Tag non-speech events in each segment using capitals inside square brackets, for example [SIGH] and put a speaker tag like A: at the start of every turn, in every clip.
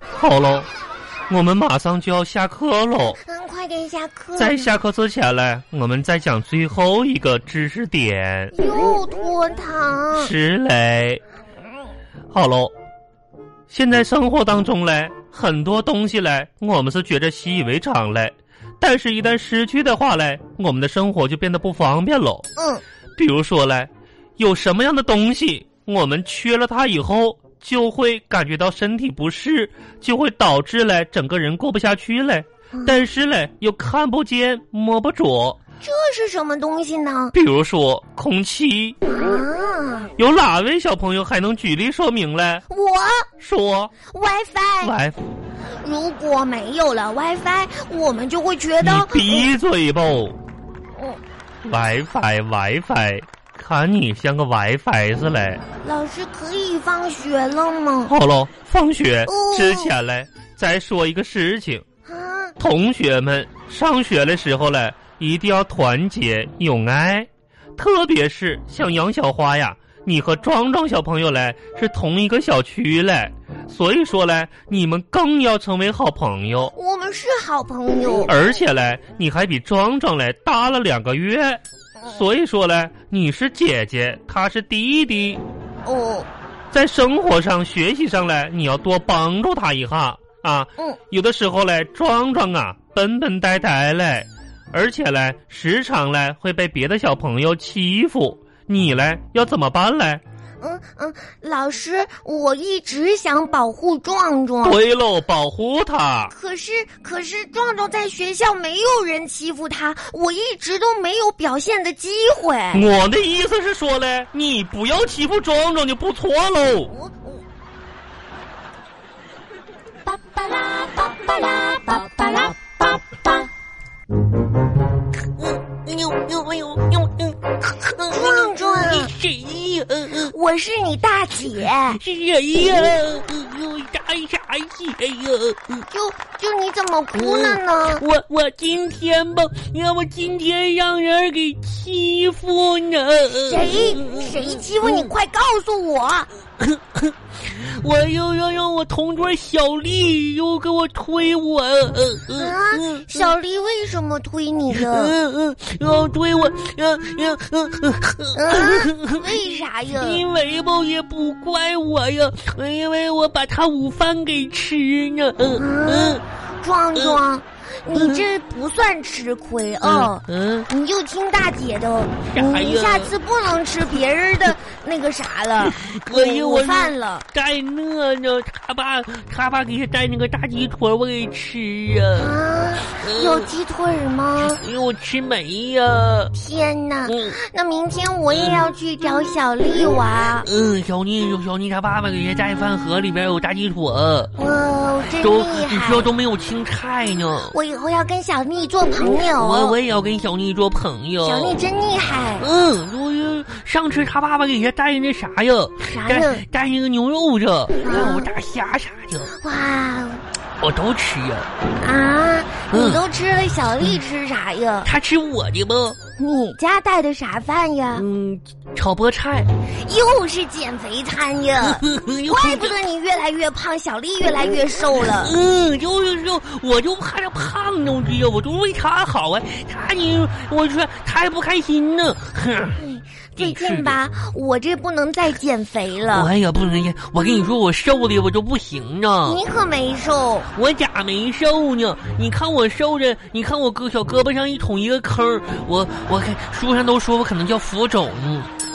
A: 好喽，我们马上就要下课喽。
B: 嗯，快点下课。
A: 在下课之前嘞，我们再讲最后一个知识点，
B: 又拖堂。
A: 是嘞。好喽，现在生活当中嘞，很多东西嘞，我们是觉着习以为常嘞，但是一旦失去的话嘞，我们的生活就变得不方便喽。
B: 嗯，
A: 比如说嘞，有什么样的东西，我们缺了它以后，就会感觉到身体不适，就会导致嘞整个人过不下去嘞。但是嘞，又看不见摸不着，
B: 这是什么东西呢？
A: 比如说空气，
B: 啊，
A: 有哪位小朋友还能举例说明嘞？
B: 我
A: 说
B: WiFi。
A: 来，
B: 如果没有了 WiFi，我们就会觉
A: 你
B: 得
A: 闭嘴吧
B: 哦，
A: ！WiFi WiFi，看你像个 WiFi 似嘞。
B: 老师可以放学了吗？
A: 好喽，放学
B: 哦
A: 之前嘞，再说一个事情。
B: 啊，
A: 同学们上学的时候嘞，一定要团结友爱，特别是像杨小花呀，你和壮壮小朋友嘞是同一个小区嘞，所以说嘞，你们更要成为好朋友。
B: 我们是好朋友。
A: 而且嘞，你还比壮壮嘞大了两个月，
B: 嗯
A: 所以说嘞，你是姐姐，他是弟弟，
B: 哦，
A: 在生活上、学习上嘞，你要多帮助他一下啊。
B: 嗯，
A: 有的时候嘞，壮壮啊，笨笨呆呆嘞，而且嘞，时常嘞会被别的小朋友欺负，你嘞要怎么办嘞？
B: 嗯嗯，老师，我一直想保护壮壮，
A: 对喽，保护他。
B: 可是可是壮壮在学校没有人欺负他，我一直都没有表现的机会。
A: 我的意思是说嘞，你不要欺负壮壮就不错喽。
B: 我我
C: 巴巴拉巴巴拉巴巴拉巴巴。
B: 壮壮，
D: 谁呀？
B: 我是你大姐，
D: 是谁呀？又打啥姐呀？
B: 就就你怎么哭了呢？
D: 我我今天吧，让我今天让人给欺负呢。
B: 谁谁欺负你？快告诉我！
D: 我又让让我同桌小丽又给我推我。
B: 啊，小丽为什么推你呢？
D: 嗯嗯，然后推我，嗯嗯嗯
B: 嗯，为啥呀？
D: 因为吧也不怪我呀，因为我把他午饭给吃呢。嗯嗯
B: 壮壮，你这不算吃亏啊。
D: 嗯，
B: 你就听大姐的，
D: 啥呀
B: 你下次不能吃别人的那个啥了，
D: [LAUGHS] 哎呀
B: 午
D: 我
B: 饭了。
D: 带那呢，他爸他爸给他带那个大鸡腿，我给吃啊。
B: 啊，有鸡腿吗？
D: 哎呦，我吃没呀、
B: 天哪，
D: 嗯
B: 那明天我也要去找小丽玩。
D: 嗯，小妮小妮他爸爸给他带饭盒里边有大鸡腿，
B: 哇、真
D: 都
B: 厉
D: 你知道
B: 害！
D: 都没有青菜呢。
B: 我以后要跟小丽做朋
D: 我我
B: 友。
D: 也要跟小妮做朋友。
B: 哦小丽真厉害。
D: 嗯，我就上次他爸爸给他带那啥呀，
B: 啥呀
D: 带带那个牛肉哎的，还有大虾啥的，
B: 哇
D: 我都吃呀。
B: 啊！
D: 嗯
B: 你都吃了，小丽吃啥呀？
D: 他吃我的不？
B: 你家带的啥饭呀？
D: 嗯，炒菠菜。
B: 又是减肥餐呀！怪
D: [LAUGHS] 怪
B: 不得你越来越胖，小丽越来越瘦
D: [LAUGHS]
B: 了。
D: 嗯，就是就我就怕他胖东西呀，我都为他好啊。他你我说他还不开心呢，哼，
B: 最近吧，我这不能再减肥了
D: 我。也不哎能呀。我跟你说，我瘦的我都不行呢，
B: 你可没瘦，
D: 我咋没瘦呢？你看我瘦着，你看我胳小胳膊上一捅一个坑儿，我我看书上都说我可能叫浮肿，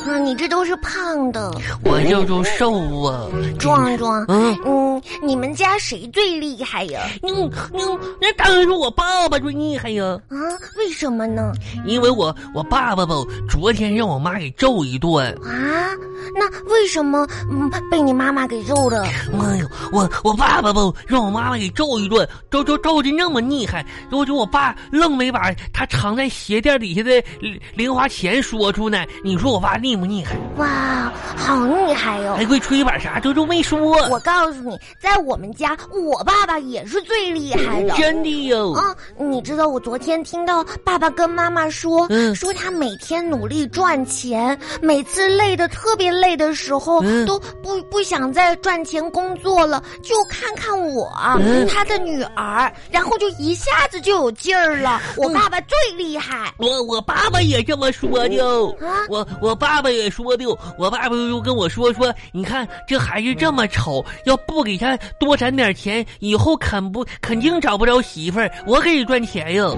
B: 啊，你这都是胖的。
D: 我叫做瘦啊。
B: 壮壮，
D: 嗯
B: 嗯，你们家谁最厉害呀？
D: 嗯嗯，那当然是我爸爸最厉害呀，
B: 啊，为什么呢？
D: 因为我我爸爸吧，昨天让我妈给揍一顿。
B: 啊，那为什么嗯被你妈妈给揍了？
D: 妈呀！哎我我爸爸吧，让我妈妈给揍一顿，揍揍揍的那么厉害，我就我爸愣没把他藏在鞋垫底下的零零花钱说出来。你说我爸厉厉不 [LAUGHS] 厉害？
B: 哇，好厉害哟、
D: 还会哎吹板啥这都没说，
B: 我告诉你，在我们家，我爸爸也是最厉害的。
D: 真的哟。
B: 嗯，你知道我昨天听到爸爸跟妈妈说，
D: 嗯
B: 说他每天努力赚钱，每次累得特别累的时候，
D: 嗯
B: 都不不想再赚钱工作了，就看看我、啊
D: 嗯
B: 他的女儿，然后就一下子就有劲儿了。
D: 嗯
B: 我爸爸最厉害，
D: 我我爸爸也这么说的哦
B: 啊，
D: 我我爸爸也说的哦，我爸爸又跟我说说，你看这孩子这么丑，要不给他多攒点钱，以后肯不肯定找不着媳妇儿，我可以赚钱哟。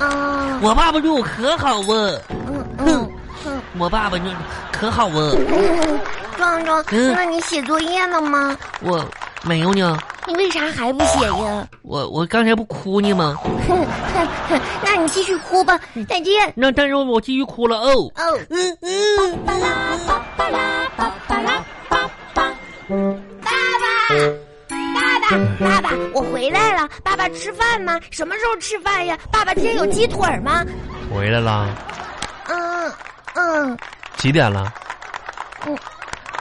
B: 嗯嗯
D: 我爸爸对我可好啊，
B: 嗯嗯嗯
D: 我爸爸就可好啊，
B: 嗯，壮壮，
D: 嗯
B: 那你写作业呢吗？
D: 我没有呢，
B: 你为啥还不写呀？ [LAUGHS]
D: 我我刚才不哭呢吗？
B: 哼哼哼，那你继续哭吧，
D: 嗯
B: 再见。
D: 那但是我继续哭了哦。
B: 哦，嗯嗯，
C: 巴拉巴巴拉巴巴拉巴巴。
B: 爸爸，爸爸，爸爸，我回来了。爸爸吃饭吗？什么时候吃饭呀？爸爸今天有鸡腿吗？
A: 回来了，
B: 嗯嗯
A: 几点了？
B: 嗯，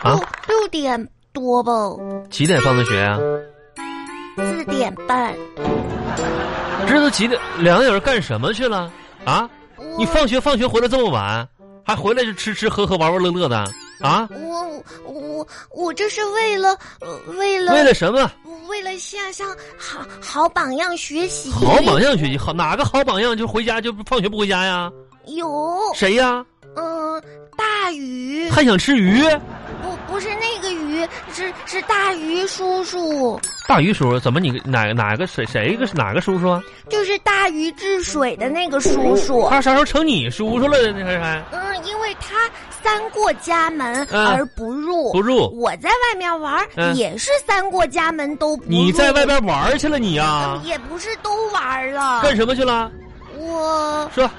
A: 啊
B: 六，六点多吧，
A: 几点放的学啊？
B: 四点半。
A: 这都几点？两个小时干什么去了？啊，你放学放学回来这么晚，还回来就吃吃喝喝玩玩乐乐的啊？
B: 我我我我这是为了呃为了
A: 为了什么？
B: 为了向上好好榜样学习。
A: 好榜样学习，好哪个好榜样就回家就放学不回家呀？
B: 有
A: 谁呀？
B: 嗯、大鱼
A: 还想吃鱼？
B: 不不是那个鱼，是是大鱼叔叔。
A: 大鱼叔叔怎么你哪哪个谁谁个哪个叔叔啊？
B: 就是大禹治水的那个叔叔。
A: 他啥时候成你叔叔了？那还还
B: 嗯，因为他三过家门
A: 嗯
B: 而不入。
A: 不入？
B: 我在外面玩儿、
A: 嗯
B: 也是三过家门都不入。
A: 你在外边啊玩儿去了你呀、
B: 嗯也不是都玩儿了。
A: 干什么去了？
B: 我
A: 说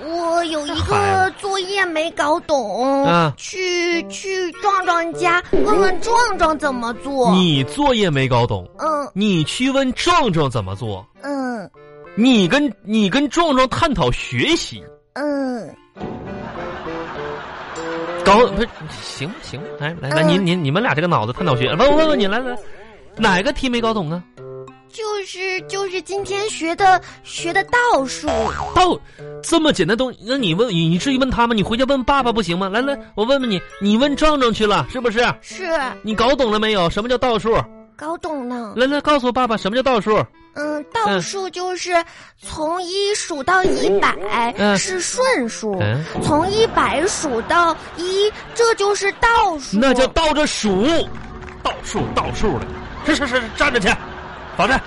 B: 我有一
A: 孩
B: 个作业没搞懂，
A: 嗯
B: 去去壮壮家问问壮壮怎么做。
A: 你作业没搞懂，
B: 嗯
A: 你去问壮壮怎么做，
B: 嗯
A: 你跟你跟壮壮探讨学习。
B: 嗯，
A: 搞不是行行，来来来，
B: 嗯
A: 您您你们俩这个脑子探讨学，问问问你来来，哪个题没搞懂啊？
B: 就是就是今天学的学的道术。
A: 到这么简单东西，那你问你你至于问他吗？你回家问爸爸不行吗？来来，我问问你，你问壮壮去了是不是？
B: 是
A: 你搞懂了没有？什么叫倒数？
B: 搞懂呢。
A: 来来，告诉我爸爸什么叫倒数？
B: 嗯，倒数就是从一数到一百、
A: 嗯
B: 是顺数，
A: 嗯，
B: 从一百数到一，这就是倒数。
A: 那叫倒着数，倒数倒数的，是是是，站着去，保站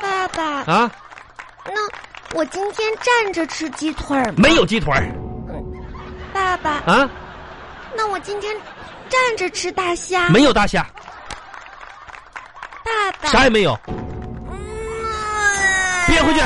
B: 爸爸。
A: 啊！
B: 那我今天站着吃鸡腿儿吗？
A: 没有鸡腿儿
B: 爸爸，
A: 啊，
B: 那我今天站着吃大虾。
A: 没有大虾，
B: 爸爸，
A: 啥也没有，
B: 嗯
A: 憋回去。